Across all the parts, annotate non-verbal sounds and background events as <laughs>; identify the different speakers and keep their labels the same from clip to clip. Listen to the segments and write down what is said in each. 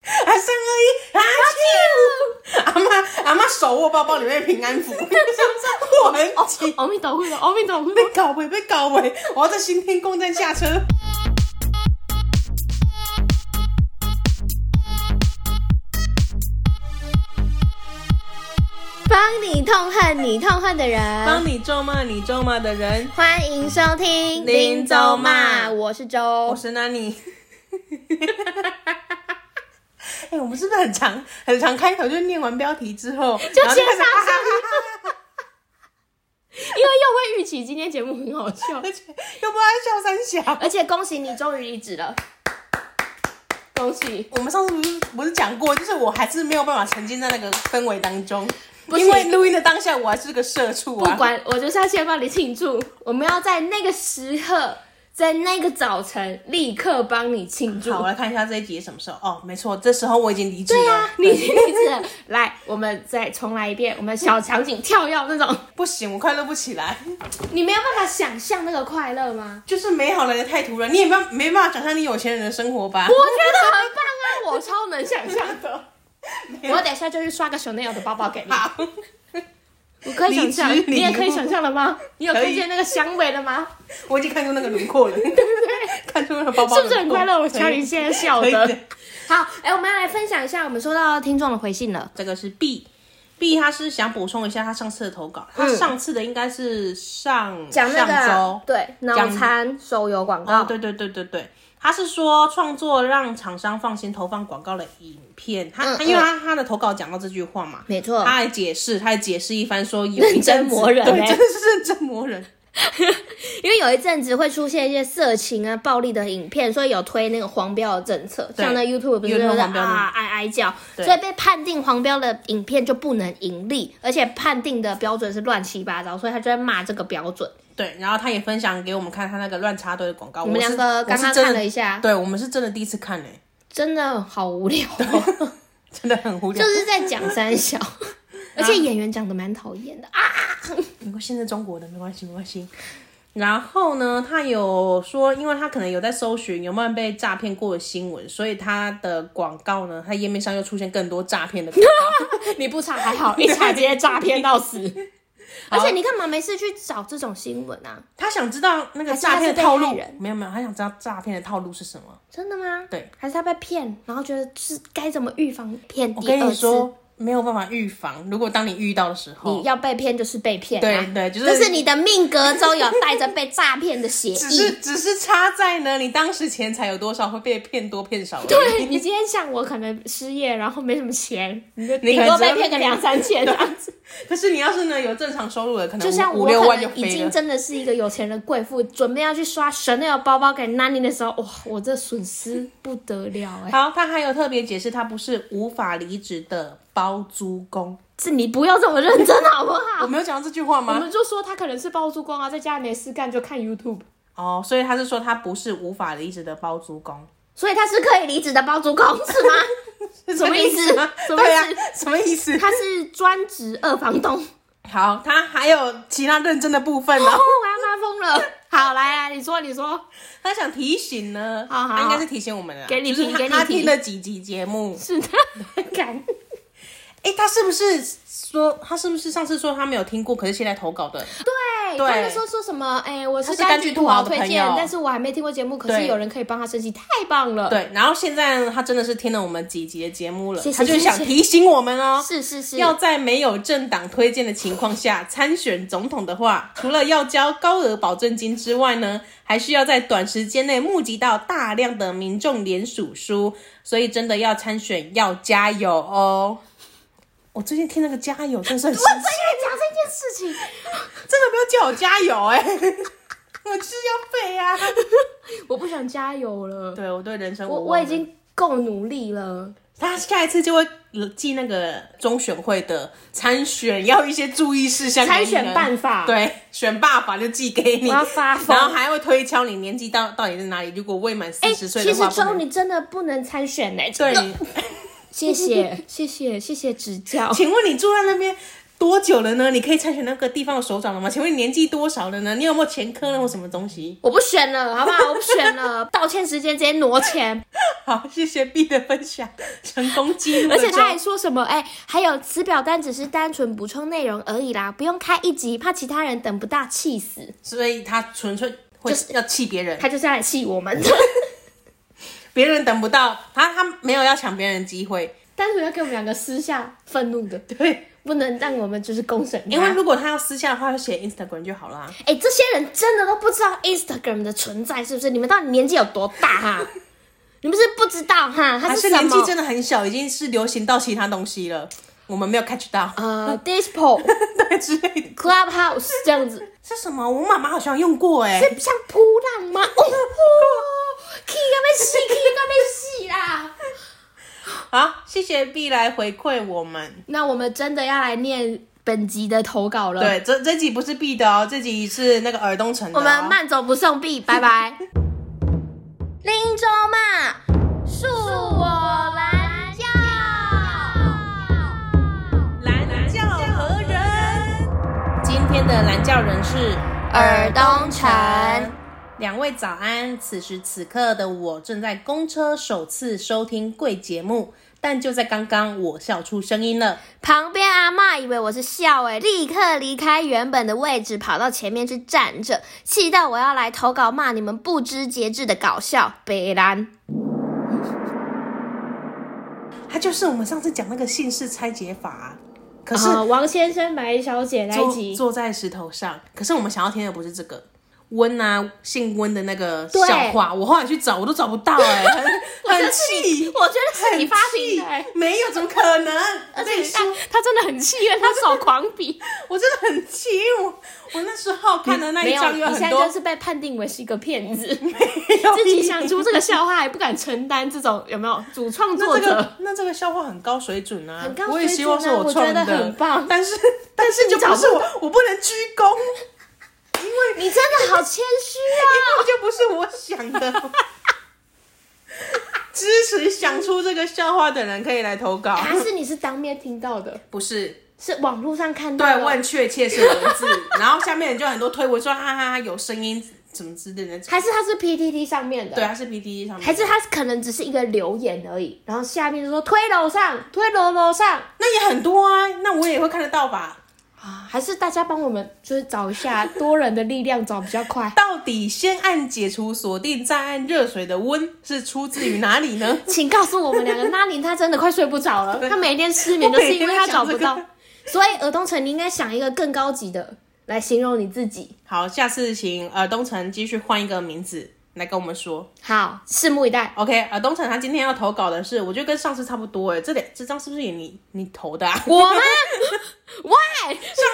Speaker 1: <laughs> 啊手握包包里面的平 <laughs> 安符， <laughs> 我很急，
Speaker 2: 阿弥陀佛，阿弥陀佛。
Speaker 1: 被搞尾，被搞尾，我要在新天宫站下车。
Speaker 2: 帮你痛恨你痛恨的人，
Speaker 1: <laughs> 帮你咒骂你咒骂的人，
Speaker 2: 欢迎收听
Speaker 1: 林州骂
Speaker 2: 我是
Speaker 1: 我
Speaker 2: 周。
Speaker 1: 是 Nani。哎、我们是不是很长很长开头就念完标题之后，就
Speaker 2: 介绍
Speaker 1: 哈哈 <laughs>
Speaker 2: 因为又会预期今天节目很好笑，
Speaker 1: 而且又不爱笑三小。
Speaker 2: 而且恭喜你终于离职了，恭喜！
Speaker 1: 我们上次不是不是讲过，就是我还是没有办法沉浸在那个氛围当中，
Speaker 2: 不
Speaker 1: 因为
Speaker 2: 行
Speaker 1: 录音的当下我还是个社畜
Speaker 2: 不
Speaker 1: 啊。
Speaker 2: 管，我就是要先帮你庆祝，我们要在那个时刻，在那个早晨立刻帮你庆祝
Speaker 1: 好，。我来看一下这一集是什么时候。哦，没错，这时候我已经离职
Speaker 2: 对
Speaker 1: 了。
Speaker 2: 啊，你离职了，来，我们再重来一遍，我们小场景跳跃那种，
Speaker 1: 不行，我快乐不起来，
Speaker 2: <laughs>
Speaker 1: <laughs>
Speaker 2: 你没有办法想象那个快乐吗？
Speaker 1: 就是美好来的太突然，你也没办没办法想象你有钱人的生活吧？
Speaker 2: 我觉得很棒啊，我超能想象的。
Speaker 1: 有
Speaker 2: 我等一下就去刷个 Chanel 的包包给
Speaker 1: <laughs>
Speaker 2: 你，
Speaker 1: 好，
Speaker 2: 我可以想象，
Speaker 1: 离职
Speaker 2: 你也可以
Speaker 1: 礼物
Speaker 2: 想象了吗？你有
Speaker 1: 可以
Speaker 2: 看见那个香味了吗？
Speaker 1: 我已经看出那个轮
Speaker 2: <laughs>
Speaker 1: 廓了，对对对，看出那个包包轮廓，
Speaker 2: 是不是很快乐？我瞧你现在笑
Speaker 1: 可以
Speaker 2: 的
Speaker 1: 的。。
Speaker 2: 好，哎、我们要来分享一下我们收到听众的回信了。
Speaker 1: 这个是 B。B 他是想补充一下他上次的投稿，他
Speaker 2: 嗯
Speaker 1: 上次的应该是上
Speaker 2: 讲那
Speaker 1: 上周
Speaker 2: 个对脑残手游广告，
Speaker 1: 哦，对对对对对，他是说创作让厂商放心投放广告的影片，他、
Speaker 2: 嗯
Speaker 1: 他因为
Speaker 2: 嗯
Speaker 1: 他他的投稿讲到这句话嘛，
Speaker 2: 没错
Speaker 1: 他。还解释，他还解释一番说有一
Speaker 2: 认真
Speaker 1: 阵子 <laughs>
Speaker 2: 磨人
Speaker 1: 对，
Speaker 2: 欸
Speaker 1: 真的是认真磨人，
Speaker 2: 因为有一阵子会出现一些色情啊、暴力的影片，所以有推那个黄标的政策，
Speaker 1: 对
Speaker 2: 像那 YouTube 不是
Speaker 1: YouTube
Speaker 2: 就是
Speaker 1: 黄标的
Speaker 2: 啊哀哀叫，
Speaker 1: 对
Speaker 2: 所以被判定黄标的影片就不能盈利，而且判定的标准是乱七八糟，所以他就在骂这个标准。
Speaker 1: 对，然后他也分享给我们看他那个乱插队的广告，
Speaker 2: 我们
Speaker 1: 是
Speaker 2: 两个
Speaker 1: 我
Speaker 2: 刚
Speaker 1: 是
Speaker 2: 刚
Speaker 1: 真
Speaker 2: 看
Speaker 1: 的
Speaker 2: 了一下，
Speaker 1: 对我们是真的第一次看嘞、欸
Speaker 2: 真的好无聊哦、
Speaker 1: 真的很无聊
Speaker 2: 就。是在讲三小， <laughs> 而且演员讲的蛮讨厌的啊。
Speaker 1: 没关系，是中国的，没关系，没关系。然后呢，他有说，因为他可能有在搜寻有没有人被诈骗过的新闻，所以他的广告呢，他页面上又出现更多诈骗的广 <laughs> 告。
Speaker 2: <laughs> 你不查还好，一查直接诈骗到死。而且你干嘛没事去找这种新闻啊？
Speaker 1: 他想知道那个
Speaker 2: 还是
Speaker 1: 诈骗的套
Speaker 2: 他
Speaker 1: 路
Speaker 2: 是被害人，
Speaker 1: 没有没有，他想知道诈骗的套路是什么。
Speaker 2: 真的吗？
Speaker 1: 对，
Speaker 2: 还是他被骗，然后觉得是该怎么预防骗
Speaker 1: 我
Speaker 2: 第
Speaker 1: 跟
Speaker 2: 二
Speaker 1: 你
Speaker 2: 次？
Speaker 1: 说，没有办法预防。如果当你遇到的时候，
Speaker 2: 你要被骗就是被骗、啊，
Speaker 1: 对对就是
Speaker 2: 这是你的命格中有带着被诈骗的
Speaker 1: <laughs>
Speaker 2: 协
Speaker 1: 只
Speaker 2: 议。
Speaker 1: 是只是差在呢，你当时钱财有多少会被骗多骗少而已。
Speaker 2: 对你今天像我可能失业，然后没什么钱，你
Speaker 1: 你可
Speaker 2: 顶
Speaker 1: 能
Speaker 2: 多
Speaker 1: 只
Speaker 2: 被
Speaker 1: 会
Speaker 2: 骗个两三千
Speaker 1: <laughs>
Speaker 2: 这样子。
Speaker 1: 可是你要是呢有正常收入的，可能
Speaker 2: 就像
Speaker 1: 五
Speaker 2: 我
Speaker 1: 五六
Speaker 2: 可
Speaker 1: 万就
Speaker 2: 能
Speaker 1: 飞
Speaker 2: 已
Speaker 1: 了。
Speaker 2: 经真的是一个有钱的贵妇，准备要去刷 Chanel 包包给 Nani 的时候，哇，我这损失不得了哎、
Speaker 1: 好，他还有特别解释，他不是无法离职的包租公。
Speaker 2: <laughs> 是你不要这么认真好不
Speaker 1: 我
Speaker 2: 好？
Speaker 1: 没有讲到这句话
Speaker 2: 啊我
Speaker 1: 吗？
Speaker 2: 们就说他可能是包租公啊，在家里没事干就看 YouTube。
Speaker 1: 哦，所以他是说他不是无法离职的包租公，
Speaker 2: 所以他是可以离职的包租公是 <laughs> 吗？
Speaker 1: 是
Speaker 2: <laughs> 什么意思
Speaker 1: 这个吗
Speaker 2: 什么意
Speaker 1: 对啊
Speaker 2: 思，
Speaker 1: 什么意思？
Speaker 2: 他是专职二房东。哦，
Speaker 1: 好，他还有其他认真的部分哦呢、
Speaker 2: 我要发疯了。好，来来，你说，你说，
Speaker 1: 他想提醒呢，
Speaker 2: 好好
Speaker 1: 他应该是提醒我们了啦，
Speaker 2: 给你
Speaker 1: 就是
Speaker 2: 听
Speaker 1: 他
Speaker 2: 给你
Speaker 1: 他
Speaker 2: 听
Speaker 1: 听了几集节目，
Speaker 2: 是的，敢
Speaker 1: 哎、他是不是说他是不是上次说他没有听过，可是现在投稿的？
Speaker 2: 对，
Speaker 1: 对
Speaker 2: 哎他们说说什么？哎，我
Speaker 1: 他是
Speaker 2: 柑
Speaker 1: 柑橘
Speaker 2: 橘
Speaker 1: 土
Speaker 2: 豪
Speaker 1: 豪的
Speaker 2: 推
Speaker 1: 朋
Speaker 2: 荐
Speaker 1: 友，
Speaker 2: 但是我还没听过节目，可是
Speaker 1: 对
Speaker 2: 有人可以帮他升级，太棒了。，
Speaker 1: 对，然后现在呢他真的是听了我们几集的节目了，
Speaker 2: 呃谢谢
Speaker 1: 他就是想
Speaker 2: 谢谢
Speaker 1: 提醒我们哦、
Speaker 2: 是是是，
Speaker 1: 要在没有政党推荐的情况下参选总统的话，除了要交高额保证金之外呢，还需要在短时间内募集到大量的民众联署书，所以真的要参选要加油哦！我最近听那个加油 <laughs> 真的是很生气，
Speaker 2: 讲这件事
Speaker 1: 真的不要叫我加油哎、 <laughs> 我就是要背啊！
Speaker 2: 情，我不想加油了，
Speaker 1: 对我对人生
Speaker 2: 我
Speaker 1: 无望
Speaker 2: 我
Speaker 1: 了
Speaker 2: 已经够努力了。
Speaker 1: 他下一次就会记那个中选会的参选要一些注意事项给你
Speaker 2: 参
Speaker 1: 呢，
Speaker 2: 选办法
Speaker 1: 对，选办法就寄给你，
Speaker 2: 我要发疯
Speaker 1: 然后还会推敲你年纪到到底是哪里。如果未满四
Speaker 2: 哎，
Speaker 1: 十岁
Speaker 2: 其
Speaker 1: 的
Speaker 2: 实
Speaker 1: 话，不
Speaker 2: 周
Speaker 1: 能
Speaker 2: 你真的不能参选呢。这
Speaker 1: 对
Speaker 2: 个，谢谢谢谢谢谢指教。
Speaker 1: 请问你住在那边多久了呢？你可以参选那个地方的首长了吗？请问你年纪多少了呢？你有没有前科呢或什么东西？
Speaker 2: 我不选了，好不好？我不选 <laughs> 了，道歉时间直接挪 <laughs> 钱，
Speaker 1: 好，谢谢 B 的分享，成功记录了
Speaker 2: 而且
Speaker 1: 中
Speaker 2: 他还说什么？哎、还有此表单只是单纯补充内容而已啦，不用开一集，怕其他人等不到，气死。
Speaker 1: 所以他纯粹会
Speaker 2: 就是
Speaker 1: 要气别人，
Speaker 2: 他就是要来气我 <laughs> 们的，
Speaker 1: 别人等不到他，他没有要抢别人的机会。
Speaker 2: 单纯要给我们两个私下愤怒的，
Speaker 1: 对，
Speaker 2: 不能让我们就是公审他。
Speaker 1: 因为如果他要私下的话，就写 Instagram 就好啦。
Speaker 2: 哎、这些人真的都不知道 Instagram 的存在，是不是？你们到底年纪有多大 <laughs> 哈、你们是不知道哈？它
Speaker 1: 还
Speaker 2: 是
Speaker 1: 是
Speaker 2: 什
Speaker 1: 年纪
Speaker 2: 么？
Speaker 1: 真的很小，已经是流行到其他东西了，我们没有 catch 到，
Speaker 2: 呃，Dispo、
Speaker 1: <laughs> 对之类的。
Speaker 2: Clubhouse 这样子，
Speaker 1: 是什么？我妈妈好像用过哎、
Speaker 2: 是像扑浪吗？哦吼，气到要死，气到要死啦！
Speaker 1: 好，啊谢谢 B 来回馈我们。
Speaker 2: 那我们真的要来念本集的投稿了。，
Speaker 1: 对，这这集不是 B 的哦，这集是那个尔东城的、哦。
Speaker 2: 我们慢走不送币，拜拜。林州嘛，恕我蓝教。
Speaker 1: 蓝教何人？今天的蓝教人是
Speaker 2: 尔东城
Speaker 1: 两位早安，此时此刻的我正在公车首次收听贵节目，但就在刚刚，我笑出声音了。
Speaker 2: 旁边阿嬷以为我是笑诶、立刻离开原本的位置，跑到前面去站着，气到我要来投稿骂你们不知节制的搞笑北兰。
Speaker 1: 他就是我们上次讲那个姓氏拆解法啊、可是
Speaker 2: 啊王先生、白小姐那一
Speaker 1: 坐
Speaker 2: 集，
Speaker 1: 坐在石头上。可是我们想要听的不是这个温啊，姓温的那个
Speaker 2: 对
Speaker 1: 笑话，我后来去找我都找不到哎、
Speaker 2: <laughs>
Speaker 1: 很
Speaker 2: 我觉
Speaker 1: 很
Speaker 2: 得是你
Speaker 1: 气，
Speaker 2: 我觉得是你
Speaker 1: 很
Speaker 2: 发明的、欸
Speaker 1: 气，没有怎么可能？
Speaker 2: 而
Speaker 1: 而
Speaker 2: 且你看他真的很气，因为他手狂比。
Speaker 1: 我真的很气，因为我我那时候看的那
Speaker 2: 没
Speaker 1: 一
Speaker 2: 有，
Speaker 1: 张
Speaker 2: 你
Speaker 1: 有
Speaker 2: 现
Speaker 1: 很
Speaker 2: 在就
Speaker 1: 多
Speaker 2: 是被判定为是一个
Speaker 1: <laughs>
Speaker 2: 骗子，
Speaker 1: 没有
Speaker 2: 自
Speaker 1: 意
Speaker 2: 己
Speaker 1: 义
Speaker 2: 想出这个笑话还不敢承担这种有没有主创作
Speaker 1: 那这
Speaker 2: 者
Speaker 1: 个？那这个笑话很高水准啊，
Speaker 2: 很高水准啊
Speaker 1: 我也希望是创
Speaker 2: 我觉得很
Speaker 1: 的，
Speaker 2: 棒
Speaker 1: 但是但是就不是我，我不能鞠躬，因为
Speaker 2: <laughs> 你真的好谦虚
Speaker 1: <laughs>
Speaker 2: 啊！
Speaker 1: 因为就不是我想的。 <laughs> 支持想出这个笑话的人可以来投稿，
Speaker 2: 还是你是当面听到的？
Speaker 1: 不是
Speaker 2: 是网络上看到的？
Speaker 1: 对问确切是文字，然后下面就很多推文说哈哈哈有声音什么之类的那种，
Speaker 2: 还是它是 PTT 上面的？
Speaker 1: 对，，啊它是 PPT 上面，
Speaker 2: 还是它可能只是一个留言而已，然后下面就说推楼上，推楼楼上
Speaker 1: 那也很多啊，那我也会看得到吧？
Speaker 2: 啊！还是大家帮我们就是找
Speaker 1: <laughs>
Speaker 2: 一下多人的力量，找比较快。？
Speaker 1: 到底先按解除锁定，再按热水的温是出自于哪里呢
Speaker 2: 请告诉我们两个，那林他真的快睡不着了，他每天失眠就是因为他找不
Speaker 1: 我每天都想这
Speaker 2: 到
Speaker 1: 个。
Speaker 2: 所以尔东城，你应该想一个更高级的来形容你自己。
Speaker 1: 好，下次请呃东城继续换一个名字来跟我们说。
Speaker 2: 好，拭目以待。
Speaker 1: OK，呃东城他今天要投稿的是，我觉得跟上次差不多哎，这两这张是不是也你你投的啊？上 <laughs>
Speaker 2: 我吗 <laughs> ？Why？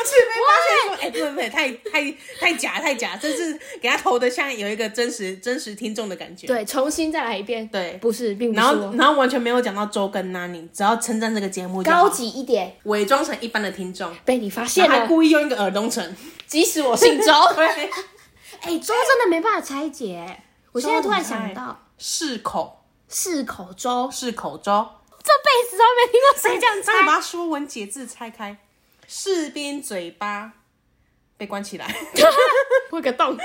Speaker 1: 次被发现说，哎、不对不对，太太太假太假，这是给他投的，像有一个真实真实听众的感觉。
Speaker 2: 对，重新再来一遍。
Speaker 1: 对
Speaker 2: 不是，并不
Speaker 1: 然
Speaker 2: 是
Speaker 1: 后
Speaker 2: 我。
Speaker 1: 然后完全没有讲到周跟娜妮，只要称赞这个节目就好
Speaker 2: 高，级一点，
Speaker 1: 伪装成一般的听众，
Speaker 2: 被你发现
Speaker 1: 然后还
Speaker 2: 了。
Speaker 1: 故意用一个耳东城，
Speaker 2: 即使我姓周，
Speaker 1: 对。
Speaker 2: <laughs> 哎、周真的没办法拆解。我现在突然想到，
Speaker 1: 是口
Speaker 2: 四口周，
Speaker 1: 是口粥，
Speaker 2: 这辈子都没听过谁这样
Speaker 1: 那你把
Speaker 2: 猜。
Speaker 1: 它《说文解字》拆开，士兵嘴巴被关起来，
Speaker 2: <laughs> 破个洞，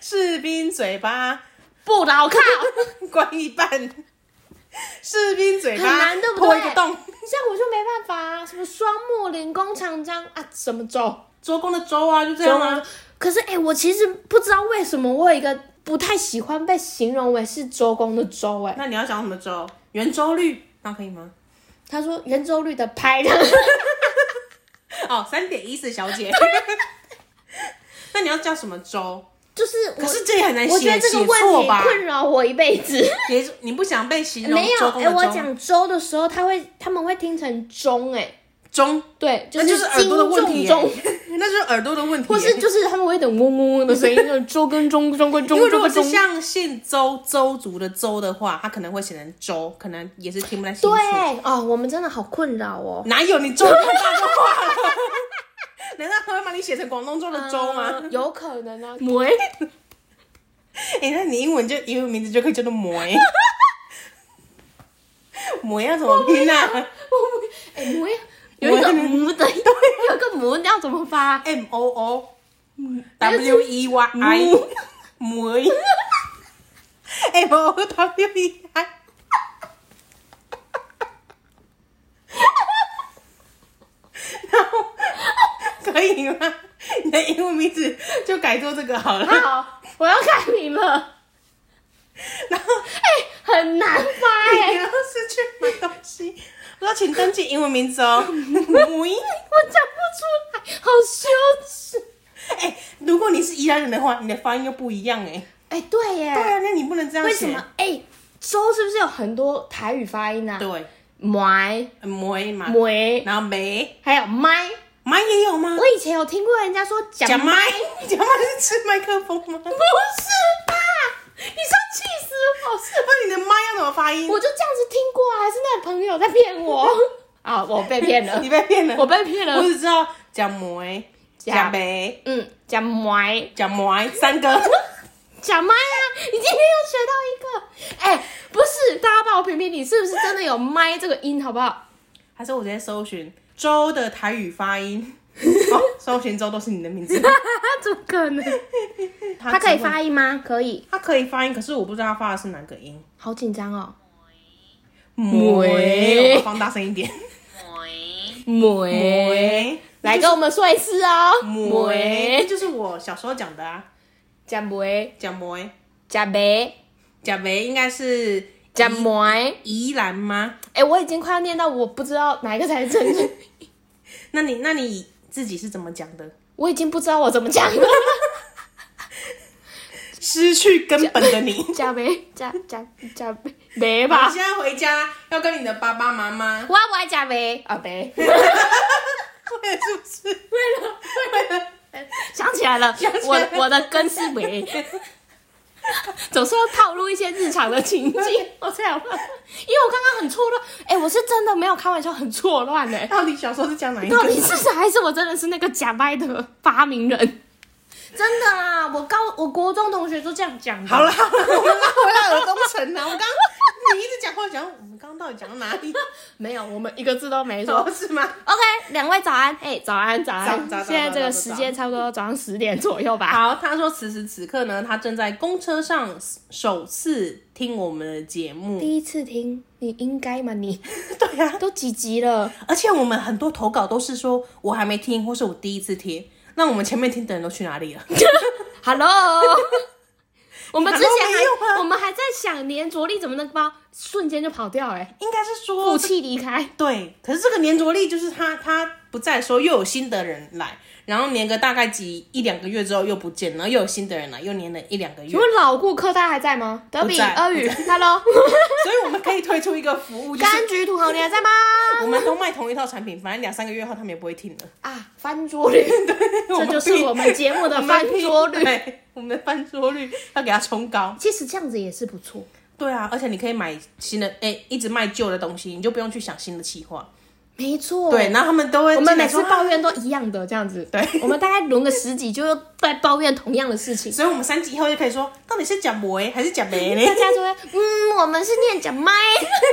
Speaker 1: 士兵嘴巴
Speaker 2: 不牢 <laughs> 靠。
Speaker 1: 关一半，士兵嘴
Speaker 2: 很
Speaker 1: 巴
Speaker 2: 难对不对
Speaker 1: 破一个洞。
Speaker 2: 像我就没办法啊，什么双木林、工长江啊，什么周，
Speaker 1: 周公的周啊，就这样
Speaker 2: 吗
Speaker 1: 啊。？
Speaker 2: 可是哎、我其实不知道为什么我有一个不太喜欢被形容为是周公的周哎、
Speaker 1: 那你要讲什么周？圆周率，那可以吗？
Speaker 2: 他说圆周率的 <laughs> 拍的，
Speaker 1: 哦，三点一四小姐。 <laughs> 那你要叫什么周？
Speaker 2: 就是我
Speaker 1: 可是这也很难
Speaker 2: 我觉
Speaker 1: 写，
Speaker 2: 得这个
Speaker 1: 写
Speaker 2: 问
Speaker 1: 错
Speaker 2: 题
Speaker 1: 吧？
Speaker 2: 困扰我一辈子。
Speaker 1: 也是你不想被形容
Speaker 2: 没有
Speaker 1: 周公
Speaker 2: 哎、
Speaker 1: 的
Speaker 2: 我
Speaker 1: 周
Speaker 2: 讲周的时候，他会他们会听成钟哎、
Speaker 1: 中，
Speaker 2: 对，就
Speaker 1: 那就是耳朵的问题
Speaker 2: 金
Speaker 1: 耶
Speaker 2: 钟，
Speaker 1: <laughs> 那就是耳朵的问题耶。
Speaker 2: 或是就是他们会有点嗡嗡嗡的声音，
Speaker 1: <laughs>
Speaker 2: 就是周跟钟钟跟钟
Speaker 1: 因为如
Speaker 2: 钟
Speaker 1: 果
Speaker 2: 跟
Speaker 1: 是
Speaker 2: 钟。
Speaker 1: 像姓周周族的周的话，他可能会写成周，可能也是听不太清楚。
Speaker 2: 对哦，我们真的好困扰哦。
Speaker 1: 哪有你周这么大的话了？难道他会把你写成广东周的周吗？
Speaker 2: 呃有可能
Speaker 1: <laughs>
Speaker 2: 啊， <laughs> 喂，
Speaker 1: 哎、那你英文就英文名字就可以叫做摩耶。 <laughs> 摩要怎么拼啊？啊 <laughs>
Speaker 2: 我不哎，母有一个母的，有一个母要怎
Speaker 1: <laughs>
Speaker 2: 么发？
Speaker 1: M O O W E Y <laughs> I 母 M O O W E I，然后可以吗？你的英文名字就改做这个好 <laughs> 了。
Speaker 2: 好，我要改名了。
Speaker 1: <laughs> 然后
Speaker 2: 哎、很难发哎、
Speaker 1: <laughs> 你要是去买东西，我说请登记英文名字哦。母音，
Speaker 2: 我讲不出来，好羞耻。
Speaker 1: 哎，如果你是宜兰人的话，你的发音又不一样哎。
Speaker 2: 哎、对耶，
Speaker 1: 对啊，那你不能这样
Speaker 2: 为
Speaker 1: 写
Speaker 2: 什么？？哎、周是不是有很多台语发音啊？
Speaker 1: 对，呃
Speaker 2: 埋
Speaker 1: 母音嘛，
Speaker 2: 梅，
Speaker 1: 然后梅。
Speaker 2: 还有麦。
Speaker 1: 麦也有吗？
Speaker 2: 我以前有听过人家说讲
Speaker 1: 讲
Speaker 2: 麦，
Speaker 1: 麦，讲麦是吃麦克风吗？
Speaker 2: 不是吧？你说气死我是？
Speaker 1: <laughs> 那你的麦要怎么发音？
Speaker 2: 我就这样子听过啊，还是那个朋友在骗我 <laughs> 啊？我被骗了
Speaker 1: <laughs> 你，被骗了。
Speaker 2: 我被骗
Speaker 1: 我
Speaker 2: 了。
Speaker 1: 只知道讲麦、
Speaker 2: 假
Speaker 1: 讲梅、
Speaker 2: 嗯，讲麦，
Speaker 1: 讲麦三个。 <laughs>
Speaker 2: 讲麦啊！你今天又学到一个，哎、不是，大家帮我评评理，是不是真的有麦这个音，好不好？
Speaker 1: 还是我直接搜寻周的台语发音？哦，搜寻周都是你的名字。
Speaker 2: 怎么可能？
Speaker 1: 他
Speaker 2: 他可以
Speaker 1: 只会，
Speaker 2: 发音吗？可以，
Speaker 1: 他可以发音，可是我不知道他发的是哪个音。
Speaker 2: 好紧张哦。
Speaker 1: 梅，我放大声一点。
Speaker 2: 梅，
Speaker 1: 梅，
Speaker 2: 来跟我们说一次哦。
Speaker 1: 梅，这，就是我小时候讲的啊，
Speaker 2: 讲梅，
Speaker 1: 讲梅，
Speaker 2: 讲梅，
Speaker 1: 讲梅应该是
Speaker 2: 讲梅。
Speaker 1: 宜兰吗？
Speaker 2: 哎、我已经快要念到我不知道哪一个才是正确，
Speaker 1: 那你那你自己是怎么讲的？
Speaker 2: 我已经不知道我怎么讲了。
Speaker 1: 失去根本的 <laughs> 你，你
Speaker 2: 加梅加加加梅吧
Speaker 1: 现，在回家要跟你的爸爸妈妈，
Speaker 2: <laughs> 我不爱加梅啊梅，
Speaker 1: 为了是不是？
Speaker 2: 想起来了，
Speaker 1: 起来了
Speaker 2: 我我的根是梅，总是要套路一些日常的情境，我这样，因为我刚刚很错乱，哎、我是真的没有开玩笑，很错乱
Speaker 1: <laughs>
Speaker 2: 哎、
Speaker 1: 到底小时候是讲哪一
Speaker 2: <laughs> 到
Speaker 1: 个？
Speaker 2: 哎底是谁？还是我真的是那个假掰的发明人？真的啊，我高我国中同学都这样讲的。 <laughs>
Speaker 1: 好了好了，我们拉回到尔东城啊了。我刚刚你一直讲话讲，我们刚刚到底讲到哪里？
Speaker 2: 没有，我们一个字都没说。
Speaker 1: 哦，是吗？
Speaker 2: OK，两位早安，哎、早安，早安
Speaker 1: 早早早
Speaker 2: 现在这个时间差不多早上十点左右吧。
Speaker 1: 好，他说此时此刻呢，他正在公车上首次听我们的节目。
Speaker 2: 第一次听，你应该嘛？你
Speaker 1: <laughs> 对呀、
Speaker 2: 都几集了？
Speaker 1: 而且我们很多投稿都是说我还没听，或是我第一次听。那我们前面听的人都去哪里了？
Speaker 2: <laughs> Hello，我们之前
Speaker 1: Hello，没有
Speaker 2: 还
Speaker 1: 啊
Speaker 2: 我们还在想连着力怎么能包，瞬间就跑掉哎、
Speaker 1: <laughs> 应该是说
Speaker 2: 负气离开。
Speaker 1: 对，可是这个粘着力就是他他不在的时候，又有新的人来，然后粘个大概几一两个月之后又不见，然后又有新的人来，又粘了一两 <laughs> 个月
Speaker 2: 请，问老顾客他还在吗？德
Speaker 1: 不
Speaker 2: 比、
Speaker 1: 在
Speaker 2: 阿宇，Hello， <laughs>
Speaker 1: 所以我们可以推出一个服务，就是
Speaker 2: 柑橘土豪你还在吗？
Speaker 1: 我们都卖同一套产品，反正两三个月后他们也不会 <laughs> 听了。
Speaker 2: <laughs> 啊，翻桌率，这就是我们节目 <laughs> 的翻桌率。
Speaker 1: 对，我们的翻桌率要给它冲高。
Speaker 2: 其实这样子也是不错。
Speaker 1: 对啊，而且你可以买新的，哎、一直卖旧的东西，你就不用去想新的企划。
Speaker 2: 没错，
Speaker 1: 对，然后他们都会
Speaker 2: 我们
Speaker 1: 进来
Speaker 2: 每次
Speaker 1: 说啊
Speaker 2: 抱怨都一样的这样子，
Speaker 1: 对
Speaker 2: <laughs> 我们大概轮个十集就又在抱怨同样的事 <laughs> 情，
Speaker 1: 所以我们三集以后就可以说，到底是讲梅还是讲梅呢？
Speaker 2: 大家就会嗯，我们是念讲麦，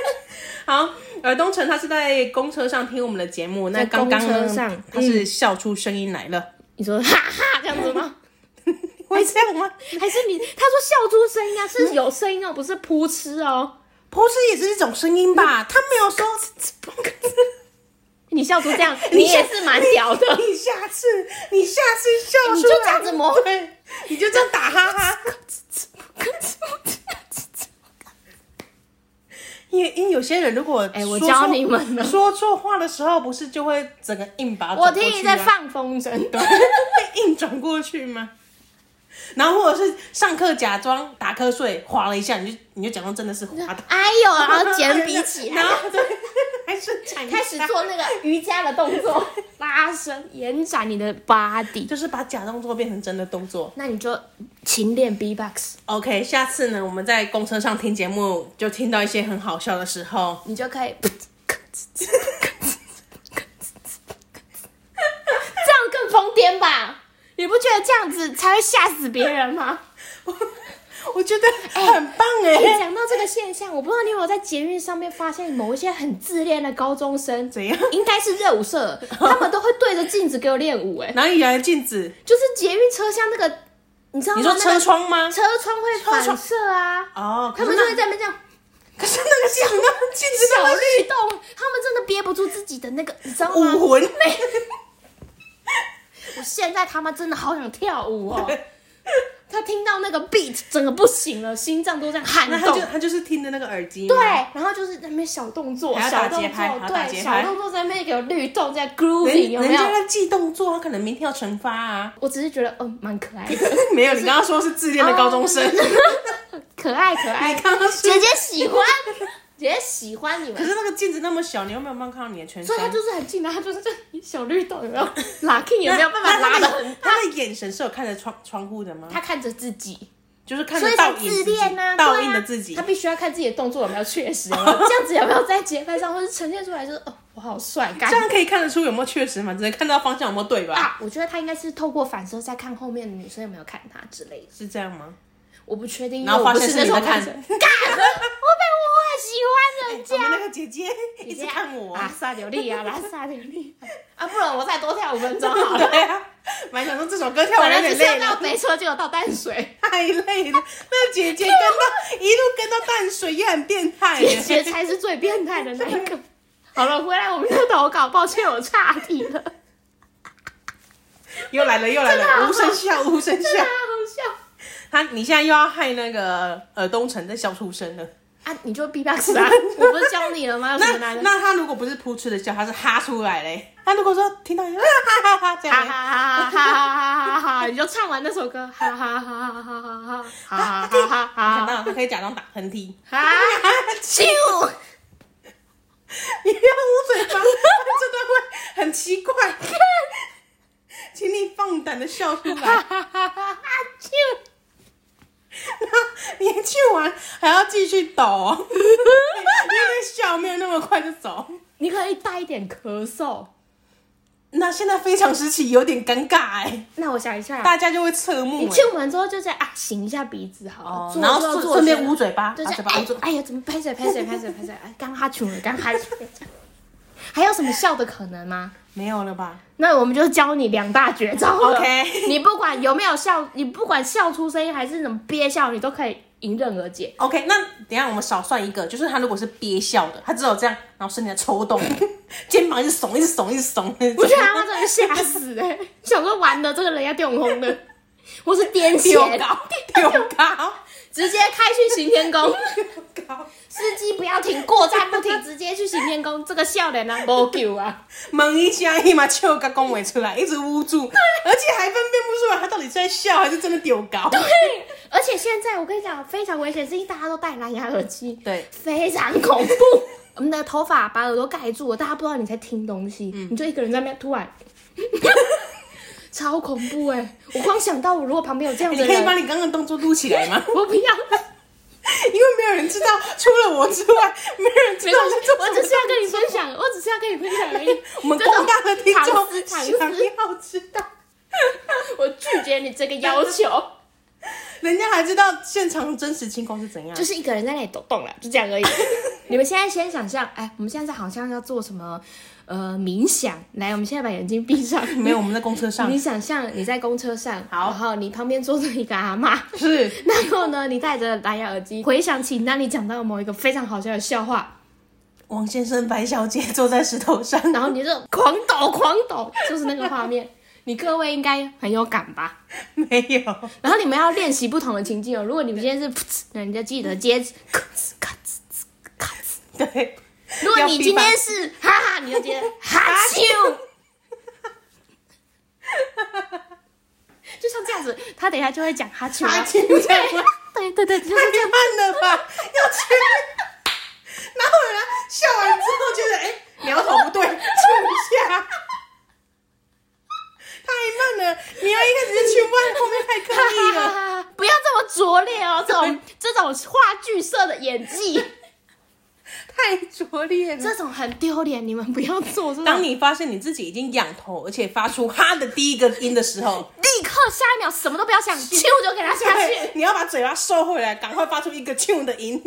Speaker 1: <laughs> 好，呃，东城他是在公车上听我们的节目，那
Speaker 2: 在
Speaker 1: 刚刚
Speaker 2: 公
Speaker 1: 呢
Speaker 2: 车上
Speaker 1: 他是笑出声音来 <laughs> 了，
Speaker 2: <laughs> 你说哈哈这样子吗？
Speaker 1: 会这样吗？
Speaker 2: <laughs> 还是你他说笑出声音啊，是有声音哦，不是扑哧哦，
Speaker 1: 噗嗤也是一种声音吧，他没有说。 <laughs>
Speaker 2: 你笑出这样， <laughs> 你也是蛮屌的。
Speaker 1: 你下次，你下次笑出来，
Speaker 2: 你就这样子磨
Speaker 1: 对，你就这样打哈哈。因为因为有些人如果
Speaker 2: 哎我
Speaker 1: 说
Speaker 2: 教
Speaker 1: 错
Speaker 2: 你们了
Speaker 1: 说错话的时候，不是就会整个硬把它
Speaker 2: <laughs> 我
Speaker 1: 转过
Speaker 2: 听你
Speaker 1: 去
Speaker 2: 在
Speaker 1: 吗
Speaker 2: 放风筝，
Speaker 1: 会硬转过去吗？然后或者是上课假装打瞌睡，滑了一下，你就你就假装真的是滑的，
Speaker 2: <laughs> 哎呦，然后剪笔 <laughs> 起来
Speaker 1: <laughs> 然，后对，还是
Speaker 2: <laughs>
Speaker 1: 讲一下
Speaker 2: 开始做，那个瑜伽的
Speaker 1: <laughs>
Speaker 2: 动作，拉伸，延展你的 body。
Speaker 1: 就是把假动作变成真的动作。
Speaker 2: 那你就勤练 B-box，
Speaker 1: OK，下次呢，我们在公车上听节目，就听到一些很好笑的时候， <laughs>
Speaker 2: 你就可以。这样更疯癫吧？你不觉得这样子才会吓死别人吗？
Speaker 1: 我觉得很棒 <laughs> 哎、
Speaker 2: 一讲到这个现象，我不知道你有没有在捷运上面发现某一些很自恋的高中生，
Speaker 1: 怎样？
Speaker 2: 应该是热舞社，
Speaker 1: <laughs>
Speaker 2: 他们都会对着镜子给我练舞、哎，
Speaker 1: 哪里来的镜子？
Speaker 2: 就是捷运车厢那个，你知道吗？
Speaker 1: 你说
Speaker 2: 哦那
Speaker 1: 车
Speaker 2: 个
Speaker 1: 窗吗？
Speaker 2: 车窗会反射啊，
Speaker 1: 哦，可
Speaker 2: 他
Speaker 1: 是
Speaker 2: 们就会
Speaker 1: 那
Speaker 2: 在那边这样
Speaker 1: 可是那个镜子，那个镜子
Speaker 2: 小
Speaker 1: 那么
Speaker 2: 律动，他们真的憋不住自己的那个，你知道吗？
Speaker 1: 武魂，
Speaker 2: 我现在他妈真的好想跳舞哦。他听到那个 beat，整个不行了，心脏都在撼
Speaker 1: 那他
Speaker 2: 动
Speaker 1: 就。他就是听的那个耳机，
Speaker 2: 对，，然后就是在那边小动作，
Speaker 1: 还要
Speaker 2: 小
Speaker 1: 打
Speaker 2: 动
Speaker 1: 节
Speaker 2: 作
Speaker 1: 拍还要打，
Speaker 2: 对，
Speaker 1: 节
Speaker 2: 小
Speaker 1: 拍
Speaker 2: 动作在那边给我律动，在 grooving 有
Speaker 1: 人
Speaker 2: 没
Speaker 1: 人家？
Speaker 2: 有
Speaker 1: 在记动作，他可能明天要惩罚啊。 <laughs>
Speaker 2: 我只是觉得，嗯，蛮可爱的，
Speaker 1: 没有，你刚刚说是自恋的高中生，
Speaker 2: <laughs> 可爱可
Speaker 1: <laughs>
Speaker 2: 爱
Speaker 1: 你。刚刚说
Speaker 3: 姐。姐喜
Speaker 2: 喜
Speaker 3: 欢
Speaker 2: 欢，姐姐喜欢你
Speaker 1: 可
Speaker 2: 们，
Speaker 1: 是那个镜子那么小，你又没有办法看到你的全身，
Speaker 2: 所以他就是很近的，他就是这样小律动，有没 <laughs> 有？Lucky 也
Speaker 1: 那
Speaker 2: 没有办法
Speaker 1: 那
Speaker 2: 拉
Speaker 1: 他的
Speaker 2: 的很，
Speaker 1: 他的眼神是有看着窗窗户的吗？
Speaker 2: 他看着自己，
Speaker 1: 就是看
Speaker 2: 所
Speaker 1: 着
Speaker 2: 以
Speaker 1: 倒
Speaker 2: 才
Speaker 1: 影
Speaker 2: 自
Speaker 1: 己
Speaker 2: 恋呐、啊，
Speaker 1: 倒
Speaker 2: 对
Speaker 1: 映
Speaker 2: 啊
Speaker 1: 的自己
Speaker 2: 他。必须要看自己的动作有没有确实，有没有这样子有没有在节拍上，或是呈现出来，就是哦，我好帅，感
Speaker 1: 这样可以看得出有没有确实嘛？只能看到方向有没有对吧？
Speaker 2: 啊！我觉得他应该是透过反射在看后面的女生有没有看他之类的，
Speaker 1: 是这样吗？
Speaker 2: 我不确定，因为
Speaker 1: 然后
Speaker 2: 我
Speaker 1: 发
Speaker 2: 不
Speaker 1: 现
Speaker 2: 是那
Speaker 1: 你在
Speaker 2: 种
Speaker 1: 看，
Speaker 2: 男生 <laughs> 我被我喜欢人
Speaker 1: 我们哦
Speaker 2: 家
Speaker 1: 那个姐姐一直看我，
Speaker 2: 拉萨流
Speaker 1: <laughs>
Speaker 2: 利啊，拉萨流利啊， <laughs> 啊，不然我再多跳五分钟好 <laughs> 了。
Speaker 1: 对啊，蛮想说这首歌跳
Speaker 2: 本
Speaker 1: 完有
Speaker 2: 来
Speaker 1: 点
Speaker 2: 只是
Speaker 1: 累
Speaker 2: 要到
Speaker 1: 了，
Speaker 2: 北车，结果到淡水，
Speaker 1: 太累了。那姐姐跟到一路跟到淡水也很变态耶，
Speaker 2: 姐姐才是最变态的那一个。好了，回来我们的投稿，抱歉我岔题了，
Speaker 1: <laughs> 又来了又来
Speaker 2: 真的
Speaker 1: 了，
Speaker 2: 啊
Speaker 1: 无声笑无声
Speaker 2: 真的
Speaker 1: 笑
Speaker 2: 好。好
Speaker 1: 他你现在又要害那个呃东城的笑出声了。
Speaker 2: 笑啊！你就 B box 啊，我不是教你了吗？有什么
Speaker 1: 那
Speaker 2: 难的？
Speaker 1: 那他如果不是扑哧的笑，他是哈出来嘞。他如果说听到 <laughs> 你哈哈哈哈这
Speaker 2: 哈
Speaker 1: 样嘞，
Speaker 2: 哈哈哈哈哈哈！你就唱完那首歌，哈哈哈哈哈哈哈哈哈
Speaker 1: 想
Speaker 2: 哈
Speaker 1: 到他可以假装打喷嚏。
Speaker 2: 哈！
Speaker 3: 啾，
Speaker 1: <laughs> 你不要捂嘴巴，这段会很奇怪。 <laughs> 请你放胆的笑出来，你去玩还要继续抖、哦，因为笑没有那么快就走。
Speaker 2: 你可以带一点咳嗽。
Speaker 1: 那现在非常时期有点尴尬哎、
Speaker 2: 那我想一下，
Speaker 1: 大家就会侧
Speaker 2: 你
Speaker 1: 目、
Speaker 2: 亲
Speaker 1: 欸，
Speaker 2: 完之后就在啊，擤一下鼻子好了，
Speaker 1: 哦
Speaker 2: 做，
Speaker 1: 然后
Speaker 2: 做
Speaker 1: 顺
Speaker 2: 做
Speaker 1: 顺便
Speaker 2: 做
Speaker 1: 捂嘴巴，
Speaker 2: 就
Speaker 1: 把嘴
Speaker 2: 这样
Speaker 1: 巴
Speaker 2: 哎
Speaker 1: 捂住。
Speaker 2: 哎呀，怎么拍水拍水拍水拍水，哎，刚哈穷了，刚哈穷了，还有什么笑的可能吗？
Speaker 1: 没有了吧？
Speaker 2: 那我们就教你两大绝招了
Speaker 1: OK
Speaker 2: <laughs> 你不管有没有笑，你不管笑出声音还是怎么憋笑，你都可以迎刃而解。
Speaker 1: OK，那等一下我们少算一个，就是他如果是憋笑的，他只有这样，然后身体在抽动，肩膀一直耸，一直耸，一直耸。
Speaker 2: 我
Speaker 1: 我
Speaker 2: 觉得他妈真的吓死哎、想说完了，这个人要掉红了，我是癫
Speaker 1: 丢
Speaker 2: 痫，
Speaker 1: 高，丢高，
Speaker 2: 直接开去行天宫，
Speaker 1: 丢高。
Speaker 2: 司机不要停，过站不停，直接去行天宫。这个笑脸啊，没救啊！
Speaker 1: 猛一下，立马笑个恭维出来，一直捂住，而且还分辨不出来他到底是在笑还是真的丢高。
Speaker 2: <laughs> 而且现在我跟你讲，非常危险，是因为大家都戴蓝牙耳机，
Speaker 1: 对，
Speaker 2: 非常恐怖。我们的头发把耳朵盖住了，大家不知道你在听东西，
Speaker 1: 嗯
Speaker 2: 你就一个人在那边突然， <laughs> 超恐怖哎、我光想到我如果旁边有这样
Speaker 1: 你
Speaker 2: 的
Speaker 1: 可以把
Speaker 2: 人，
Speaker 1: 你刚刚的动作录起来吗？ <laughs>
Speaker 2: 我不要。
Speaker 1: 因为没有人知道，除了我之外，没有人知
Speaker 2: 没
Speaker 1: 道
Speaker 2: 关
Speaker 1: 我在
Speaker 2: 系
Speaker 1: 做，
Speaker 2: <laughs> 我
Speaker 1: 什
Speaker 2: 只
Speaker 1: 么
Speaker 2: 是要跟你分享，我只是要跟你分享而已。
Speaker 1: <laughs> 我们
Speaker 2: 这种
Speaker 1: 广大的听
Speaker 2: <laughs> 藏
Speaker 1: 众
Speaker 2: 私藏
Speaker 1: 想
Speaker 2: 私，
Speaker 1: 要知道，
Speaker 2: 我拒绝你这个要求，
Speaker 1: 人家还知道现场真实情况是怎样。
Speaker 2: 就是一个人在那里抖动了，就这样而已。 <laughs> 你们现在先想象，哎，我们现在好像要做什么？呃，冥想。来，我们现在把眼睛闭上。
Speaker 1: <laughs> 没有，我们在公车上
Speaker 2: 你想象你在公车上，
Speaker 1: 好
Speaker 2: 然后你旁边坐着一个阿妈，
Speaker 1: <laughs> 是
Speaker 2: 然后呢，你戴着蓝牙耳机，回想起那里讲到某一个非常好笑的笑话，
Speaker 1: 王先生、白小姐坐在石头上，
Speaker 2: 然后你就狂抖狂抖，就是那个画面。你各位应该很有感吧？
Speaker 1: <laughs> 没有。
Speaker 2: 然后你们要练习不同的情境哦。如果你们今天是噗嗤，那你就记得接咔哧咔哧咔哧。
Speaker 1: 对，
Speaker 2: 如果你
Speaker 1: 要逼
Speaker 2: 今
Speaker 1: 吧
Speaker 2: 天是 <laughs> 哈哈，你就接哈啾。就像这样子，他等一下就会讲哈啾啊。
Speaker 1: 哈啾这样吗
Speaker 2: 对对对，对就是
Speaker 1: 太慢了吧？要全面， <laughs> 然后人家笑完之后觉得，哎、苗头不对，去一下。 <laughs> 太慢了，你要一开始就去慢，后面太刻意
Speaker 2: <laughs>
Speaker 1: 了。
Speaker 2: <laughs> 哈哈。不 <laughs> 要这么拙劣哦，这种这种话剧社的演技。
Speaker 1: 太太拙劣了。
Speaker 2: <laughs> 这种很丢脸，你们不要做。这种
Speaker 1: 当你发现你自己已经仰头，而且发出哈的第一个音的时候，
Speaker 2: 立刻下一秒什么都不要想，咻就给他下
Speaker 1: 对
Speaker 2: 去，，
Speaker 1: 你要把嘴巴收回来，赶快发出一个 tune 的音，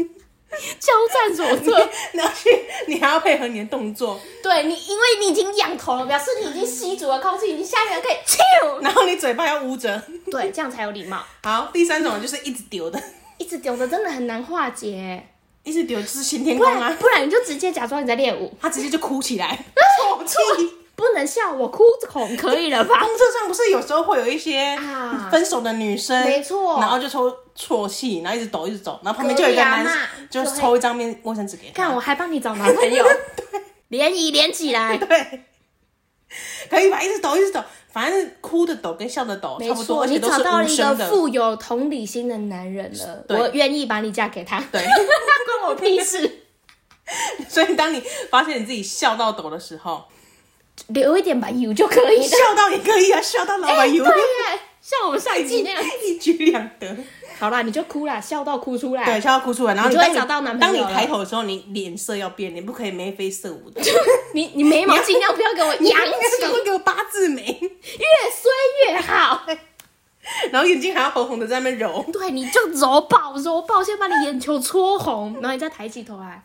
Speaker 2: 交战所策。
Speaker 1: <laughs> 然后去，你还要配合你的动作，
Speaker 2: <laughs> 对你，因为你已经仰头了，表示你已经吸足了空气，你下一秒可以咻。
Speaker 1: 然后你嘴巴要捂着。
Speaker 2: 对，这样才有礼貌。
Speaker 1: 好，第三种就是一直丢的，
Speaker 2: 一直丢着真的很难化解，
Speaker 1: 一直丢就是新天
Speaker 2: 不
Speaker 1: 空
Speaker 2: 然
Speaker 1: 啊，
Speaker 2: 不然你就直接假装你在练舞，
Speaker 1: 他直接就哭起来。
Speaker 2: 错不能笑我哭孔可以
Speaker 1: <laughs>
Speaker 2: 了吧？
Speaker 1: 公车上不是有时候会有一些
Speaker 2: 啊
Speaker 1: 分手的女生，
Speaker 2: 没错
Speaker 1: 然后就抽啜泣，然后一直抖一直抖，然后旁边就有一个男
Speaker 2: 隔
Speaker 1: 生
Speaker 2: 壁阿嬷
Speaker 1: 就
Speaker 2: 啊就会
Speaker 1: 抽一张面卫生纸给
Speaker 2: 看
Speaker 1: 他，
Speaker 2: 我还帮你找男朋友，联谊连起
Speaker 1: <laughs>
Speaker 2: 来，
Speaker 1: 对，可以吧？一直抖一直抖，反正哭的抖跟笑的抖
Speaker 2: 没
Speaker 1: 差不多，
Speaker 2: 错，
Speaker 1: 而且
Speaker 2: 你
Speaker 1: 都
Speaker 2: 找
Speaker 1: 是
Speaker 2: 到
Speaker 1: 无
Speaker 2: 了一个
Speaker 1: 声的。
Speaker 2: 富有同理心的男人了，
Speaker 1: 对
Speaker 2: 我愿意把你嫁给他，
Speaker 1: 对，
Speaker 2: <laughs> 关我屁事。
Speaker 1: 所以当你发现你自己笑到抖的时候，
Speaker 2: 留一点吧，油就可以
Speaker 1: 你 <laughs>
Speaker 2: 了。哎
Speaker 1: 笑到也可以啊，笑到老板油，
Speaker 2: 对耶，像我们上一
Speaker 1: <laughs>
Speaker 2: 集那样。
Speaker 1: 一举两得。
Speaker 2: 好啦，你就哭啦，笑到哭出来。
Speaker 1: 对，，笑到哭出来，然后
Speaker 2: 你就
Speaker 1: 当
Speaker 2: 会找到男朋
Speaker 1: 当你
Speaker 2: 友
Speaker 1: 抬
Speaker 2: 了
Speaker 1: 头的时候，你脸色要变，你不可以眉飞色舞的，
Speaker 2: 你你眉毛尽量不要给我扬
Speaker 1: <laughs> 你赶快
Speaker 2: 起，
Speaker 1: 给我八字眉。 <laughs>
Speaker 2: 越衰越好。
Speaker 1: 然后眼睛还要红红的在那边揉。
Speaker 2: 对，你就揉爆揉爆，先把你眼球搓红，然后你再抬起头来。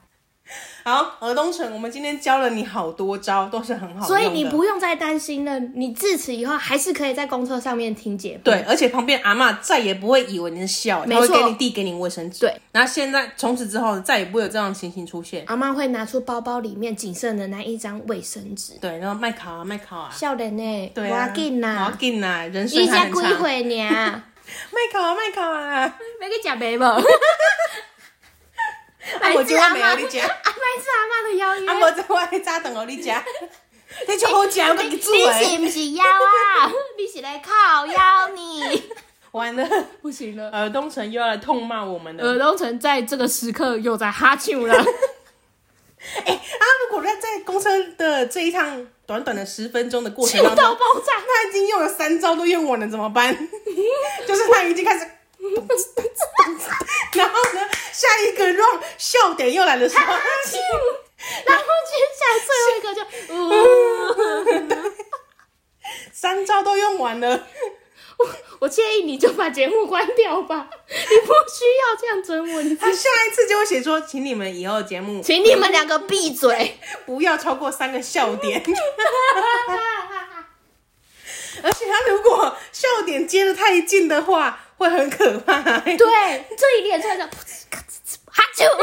Speaker 1: 好，尔东城，我们今天教了你好多招，都是很好用的。
Speaker 2: 所以你不用再担心了，你自此以后还是可以在公车上面听节目。
Speaker 1: 对，而且旁边阿嬷再也不会以为你是笑，
Speaker 2: 没
Speaker 1: 她会
Speaker 2: 错
Speaker 1: 给你递给你卫生纸。
Speaker 2: 对，
Speaker 1: 然后现在从此之后再也不会有这样的情形出现。
Speaker 2: 阿妈会拿出包包里面仅剩的那一张卫生纸。
Speaker 1: 对，然后麦卡啊，麦卡啊，
Speaker 2: 笑脸呢？
Speaker 1: 对啊，
Speaker 2: 要紧
Speaker 1: 要
Speaker 2: 啦，
Speaker 1: 紧呐，人
Speaker 2: 你
Speaker 1: 生还
Speaker 2: 才
Speaker 1: 很
Speaker 2: 几
Speaker 1: 长。<laughs>
Speaker 2: 岁呢？
Speaker 1: 麦卡啊，麦卡啊，
Speaker 2: 要去食 <laughs>
Speaker 1: 啊
Speaker 2: 糜无？
Speaker 1: 我今晚没有你吃
Speaker 2: <laughs> 阿麦是阿妈的邀约。
Speaker 1: 啊，无在我迄早等候你
Speaker 4: <laughs>
Speaker 1: 食，你就好食，我给你煮诶。
Speaker 4: 哎你是不是妖啊？
Speaker 2: <laughs>
Speaker 4: 你是来靠妖
Speaker 1: <laughs>
Speaker 4: 你？
Speaker 1: 完了，
Speaker 2: 不行了，
Speaker 1: 尔呃东城又要来痛骂我们了。
Speaker 4: 呃
Speaker 2: 尔东城在这个时刻又在哈啾 <laughs> 了。
Speaker 1: 哎、啊！如果在在公车的这一趟短短的十分钟的过程当
Speaker 2: 气到
Speaker 1: 中，
Speaker 2: 爆炸
Speaker 1: 他已经用了三招都用完了，怎么办？ <laughs> 就是他已经开始， <laughs> 然后呢，下一个 round 笑点又
Speaker 4: <laughs>
Speaker 1: 来的时候，
Speaker 2: 啾，然后接下来最后一个就，呜、
Speaker 1: 三招都用完了，
Speaker 2: 我我建议你就把节目关掉吧，你不需要这样整文字
Speaker 1: 他。下一次就会写说，请你们以后节目
Speaker 4: 请你们两个闭嘴！
Speaker 1: 不要超过三个笑点。而且他如果笑点接的太近的话，会很可怕、
Speaker 2: 对，这一连串的，
Speaker 4: 哈
Speaker 2: <laughs>
Speaker 4: 啾！
Speaker 1: <laughs>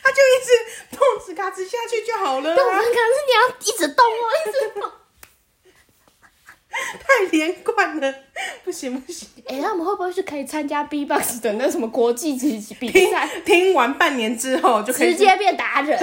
Speaker 1: 他就一直碰瓷嘎吱下去就好了、
Speaker 2: 但我们
Speaker 1: 啊
Speaker 2: 可，能是你要一直动哦，一直动。
Speaker 1: 太连贯了，不行不行。
Speaker 2: 哎、那我们会不会去可以参加 B-box 的那什么国际级比
Speaker 1: 听
Speaker 2: 赛，
Speaker 1: 听完半年之后就可以
Speaker 2: <laughs> 直。接变达人？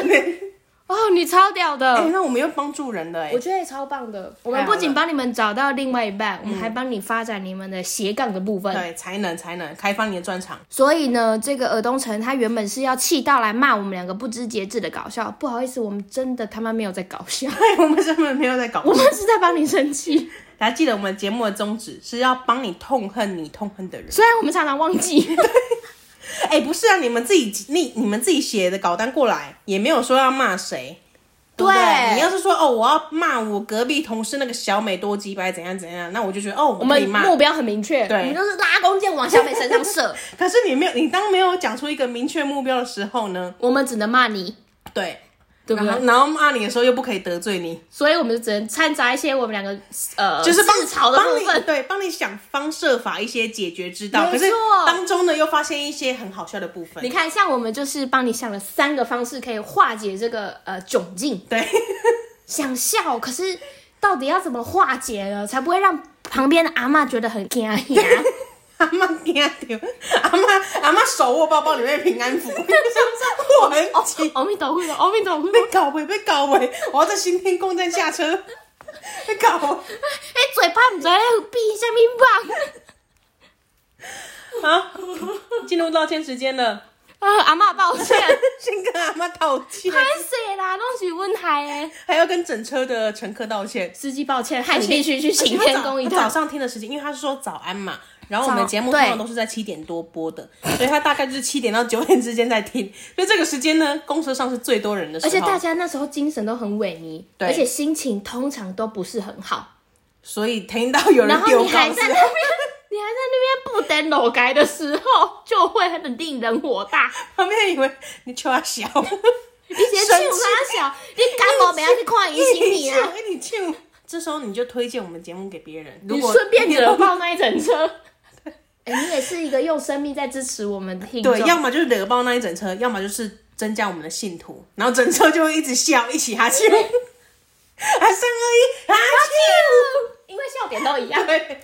Speaker 2: 哦，你超屌的！
Speaker 1: <laughs> 哎、那我们又帮助人了哎、
Speaker 2: 我觉得也超棒的。我
Speaker 1: 太
Speaker 2: 们
Speaker 1: 好了
Speaker 2: 不仅帮你们找到另外一半，我们还帮你发展你们的斜杠的部分。
Speaker 1: 嗯对，才能才能开发你的专长。
Speaker 2: 所以呢，这个尔东城他原本是要气到来骂我们两个不知节制的搞笑，不好意思，我们真的他妈没有在搞笑，
Speaker 1: <laughs>
Speaker 2: <laughs>
Speaker 1: 对，我们根本没有在搞。
Speaker 2: 我们是在帮你生气。
Speaker 1: 大家记得我们节目的宗旨是要帮你痛恨你痛恨的人。
Speaker 2: 虽然我们常常忘记，
Speaker 1: 哎、不是啊，你们自己你你们自己写的稿单过来，也没有说要骂谁。 <laughs> 对不
Speaker 2: 对
Speaker 1: 你要是说哦，我要骂我隔壁同事那个小美多鸡掰怎样怎样，那我就觉得哦，我
Speaker 2: 我
Speaker 1: 们可
Speaker 2: 们
Speaker 1: 以骂。
Speaker 2: 目标很明确，
Speaker 1: 对
Speaker 4: 你就是拉弓箭往小美身上
Speaker 1: <laughs>
Speaker 4: 射，
Speaker 1: 可是你没有，你当没有讲出一个明确目标的时候呢？
Speaker 2: 我们只能骂你，
Speaker 1: 对，
Speaker 2: 对不
Speaker 1: 然后
Speaker 2: 对？
Speaker 1: 然后骂你的时候又不可以得罪你，
Speaker 2: 所以我们就只能掺杂一些我们两个呃，
Speaker 1: 就是帮
Speaker 4: 自嘲的
Speaker 1: 帮
Speaker 4: 部
Speaker 1: 你
Speaker 4: 分
Speaker 1: 对，帮你想方设法一些解决之道。可
Speaker 2: 没
Speaker 1: 是
Speaker 2: 错
Speaker 1: 当中呢，又发现一些很好笑的部分
Speaker 2: 你。看，像我们就是帮你想了三个方式可以化解这个呃窘境，
Speaker 1: 对， <laughs>
Speaker 2: 想笑，可是到底要怎么化解呢？才不会让旁边的阿嬷觉得很惊讶？ <laughs>
Speaker 1: 阿妈惊掉，阿妈阿妈手握包包里面的平安符，我很急，
Speaker 2: <laughs> 阿弥陀佛，哦阿弥陀佛。
Speaker 1: 被搞回被搞回，我要在新天宫站下车，被搞回。
Speaker 2: 哎、嘴巴唔知咧闭下面棒。
Speaker 1: 好，进入道歉时间了，
Speaker 2: 啊，阿嬷抱歉， <laughs>
Speaker 1: 先跟阿妈道歉，
Speaker 2: 太水啦，拢是阮害诶。
Speaker 1: 还要跟整车的乘客道歉。
Speaker 2: 啊司机抱歉，害你必须去行天宫一
Speaker 1: 他早
Speaker 2: 趟。
Speaker 1: 上听的时间，因为他是说早安嘛，然后我们的节目
Speaker 5: 早
Speaker 1: 通
Speaker 5: 对
Speaker 1: 常都是在七点多播的，所以他大概就是七点到九点之间在听。所以这个时间呢，公车上是最多人的时候，
Speaker 2: 而且大家那时候精神都很萎靡，
Speaker 1: 对
Speaker 2: 而且心情通常都不是很好。
Speaker 1: 所以听到有
Speaker 2: 然
Speaker 1: 人
Speaker 2: 后
Speaker 1: 丢
Speaker 2: 你
Speaker 1: 高
Speaker 2: 还
Speaker 1: 斯
Speaker 2: 在那 <laughs> 边，你还在那边不等楼该的时候，就会很令人火大。
Speaker 1: 旁边以为你求他小，
Speaker 2: 你直接去
Speaker 1: 生气
Speaker 2: 他小，你干嘛不要去看医生你啊？
Speaker 1: 你去，这时候你就推荐我们节目给别人，如
Speaker 2: 你
Speaker 1: 果
Speaker 2: 顺便惹爆那一整
Speaker 1: <laughs>
Speaker 2: 车。哎、你也是一个用生命在支持我们的听众。
Speaker 1: 对，要么就是惹爆那一整车，要么就是增加我们的信徒，然后整车就会一直笑，一起哈气，啊三二一，哈
Speaker 2: 因为笑点都一
Speaker 1: <laughs>
Speaker 2: 样。
Speaker 1: 气，对，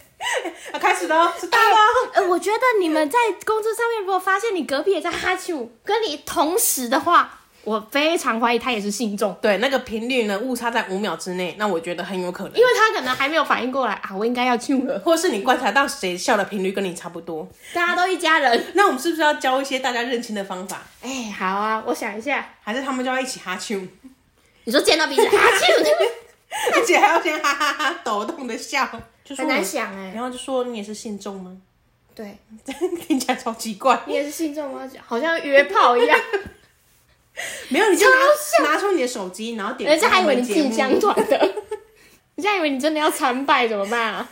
Speaker 1: 啊开始喽，知道喽，
Speaker 2: <laughs> 呃，我觉得你们在工作上面，如果发现你隔壁也在哈啾，跟你同时的话，我非常怀疑他也是信众，
Speaker 1: 对，那个频率呢误差在五秒之内，那我觉得很有可能
Speaker 2: 因。为他可能还没有反应过来啊，我应该要啾了。
Speaker 1: 或是你观察到谁笑的频率跟你差不多，
Speaker 2: 大家都一家人。
Speaker 1: 那我们是不是要教一些大家认清的方法？
Speaker 2: 哎、好啊，我想一下，
Speaker 1: 还是他们就要一起哈啾，
Speaker 2: 你说见到彼 <laughs> 啊此哈啾，
Speaker 1: 而且还要先哈哈哈抖动的笑，就说
Speaker 2: 很难
Speaker 1: 你
Speaker 2: 想哎、
Speaker 1: 然后就说你也是信众吗？ <laughs>
Speaker 2: 对
Speaker 1: 这样听起来超奇怪。
Speaker 2: 你也是信众吗？好像约炮一样，
Speaker 1: 没有，你就
Speaker 2: 超
Speaker 1: 拿拿出你的手机，然后点。
Speaker 2: <laughs> 人家还以为你进
Speaker 1: 江
Speaker 2: 香团的，人家以为你真的要参拜怎么办啊？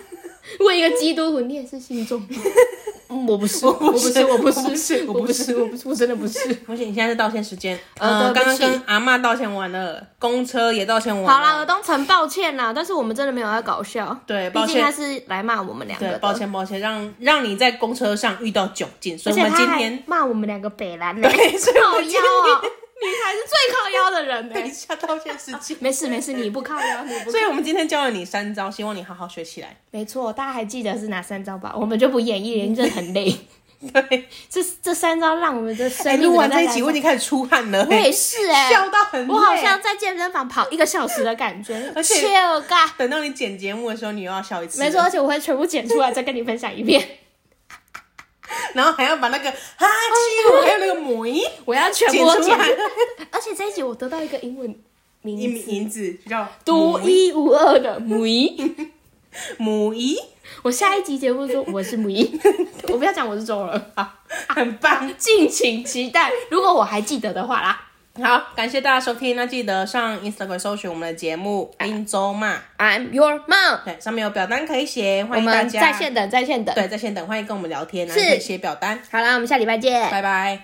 Speaker 2: 问一个基督徒，你也是信众吗？ <laughs> 嗯我不是， <laughs> 我
Speaker 1: 不是
Speaker 2: 我不
Speaker 1: 我不
Speaker 2: 是，
Speaker 1: 是
Speaker 2: 我不是，我不是，我真的不是。 <laughs>
Speaker 1: 而且你现在是道歉时间，
Speaker 2: 呃
Speaker 1: 呃，刚
Speaker 2: 对不
Speaker 1: 刚
Speaker 2: 起
Speaker 1: 跟阿嬷道歉完了，公车也道歉完了。
Speaker 5: 好啦，尔东城抱歉啦，但是我们真的没有要搞笑。
Speaker 1: 对
Speaker 5: 毕
Speaker 1: 抱
Speaker 5: 竟
Speaker 1: 歉
Speaker 5: 他是来骂我们两个
Speaker 1: 对
Speaker 5: 的，，
Speaker 1: 抱。歉抱歉，让让你在公车上遇到窘境，所
Speaker 2: 而
Speaker 1: 以
Speaker 2: 且
Speaker 1: 我们
Speaker 2: 他
Speaker 1: 今
Speaker 2: 还
Speaker 1: 天
Speaker 2: 骂我们两个北兰
Speaker 1: <laughs>
Speaker 2: 呢、啊
Speaker 1: 所以我
Speaker 5: 靠
Speaker 1: 们今
Speaker 5: 腰
Speaker 1: 天
Speaker 2: <laughs>
Speaker 5: 哦，你才是最靠腰的人呢、
Speaker 1: 等一下道歉时间。
Speaker 2: <laughs> 没事没事，你不靠腰，你不靠
Speaker 1: 所以我们今天教了你三招，希望你好好学起来。
Speaker 2: <laughs>
Speaker 1: <laughs>
Speaker 2: 没错，大家还记得是哪三招吧？我们就不演绎了，真的很 <laughs> 累。
Speaker 1: 对，
Speaker 2: 这这三招让我们的
Speaker 1: 哎，
Speaker 2: 生命
Speaker 1: 录完
Speaker 2: 怎么
Speaker 1: 这
Speaker 2: 在
Speaker 1: 一集我已经开始出汗了，欸
Speaker 5: 我也是哎、
Speaker 1: 笑到很累。
Speaker 5: 我好像
Speaker 2: 在健身房跑一个小时的感觉，
Speaker 1: 而且
Speaker 2: chill 尬。
Speaker 1: 等到你剪节目的时候，你又要笑一次，
Speaker 2: 没错，而。且我会全部剪出来再跟你分享一遍，
Speaker 1: 然后还要把那个哈啾，还有那个母音
Speaker 2: <laughs> 我要全
Speaker 1: 剪
Speaker 2: 部
Speaker 1: 出
Speaker 2: 剪
Speaker 1: 来。。
Speaker 2: <laughs> 而且这一集我得到一个英文名
Speaker 1: 银
Speaker 2: 字，
Speaker 1: 银子叫
Speaker 2: 独一无二的母仪。
Speaker 1: 母仪，
Speaker 2: 我下一集节目说我是母仪， <laughs> 我不要讲我是周了，
Speaker 1: <laughs>
Speaker 2: 好，
Speaker 1: 很棒。
Speaker 2: 敬请期待。如果我还记得的话啦。
Speaker 1: 好，感谢大家收听，那记得上 Instagram 搜寻我们的节目《滨州骂》，
Speaker 2: I'm your mom。
Speaker 1: 对，上面有表单可以写，
Speaker 2: 我
Speaker 1: 欢迎大
Speaker 2: 们
Speaker 1: 家
Speaker 2: 在线等，在线等。
Speaker 1: 对在线等，欢迎跟我们聊天，然后
Speaker 2: 是
Speaker 1: 可以写表单，
Speaker 2: 好啦，我们下礼拜见，
Speaker 1: 拜拜。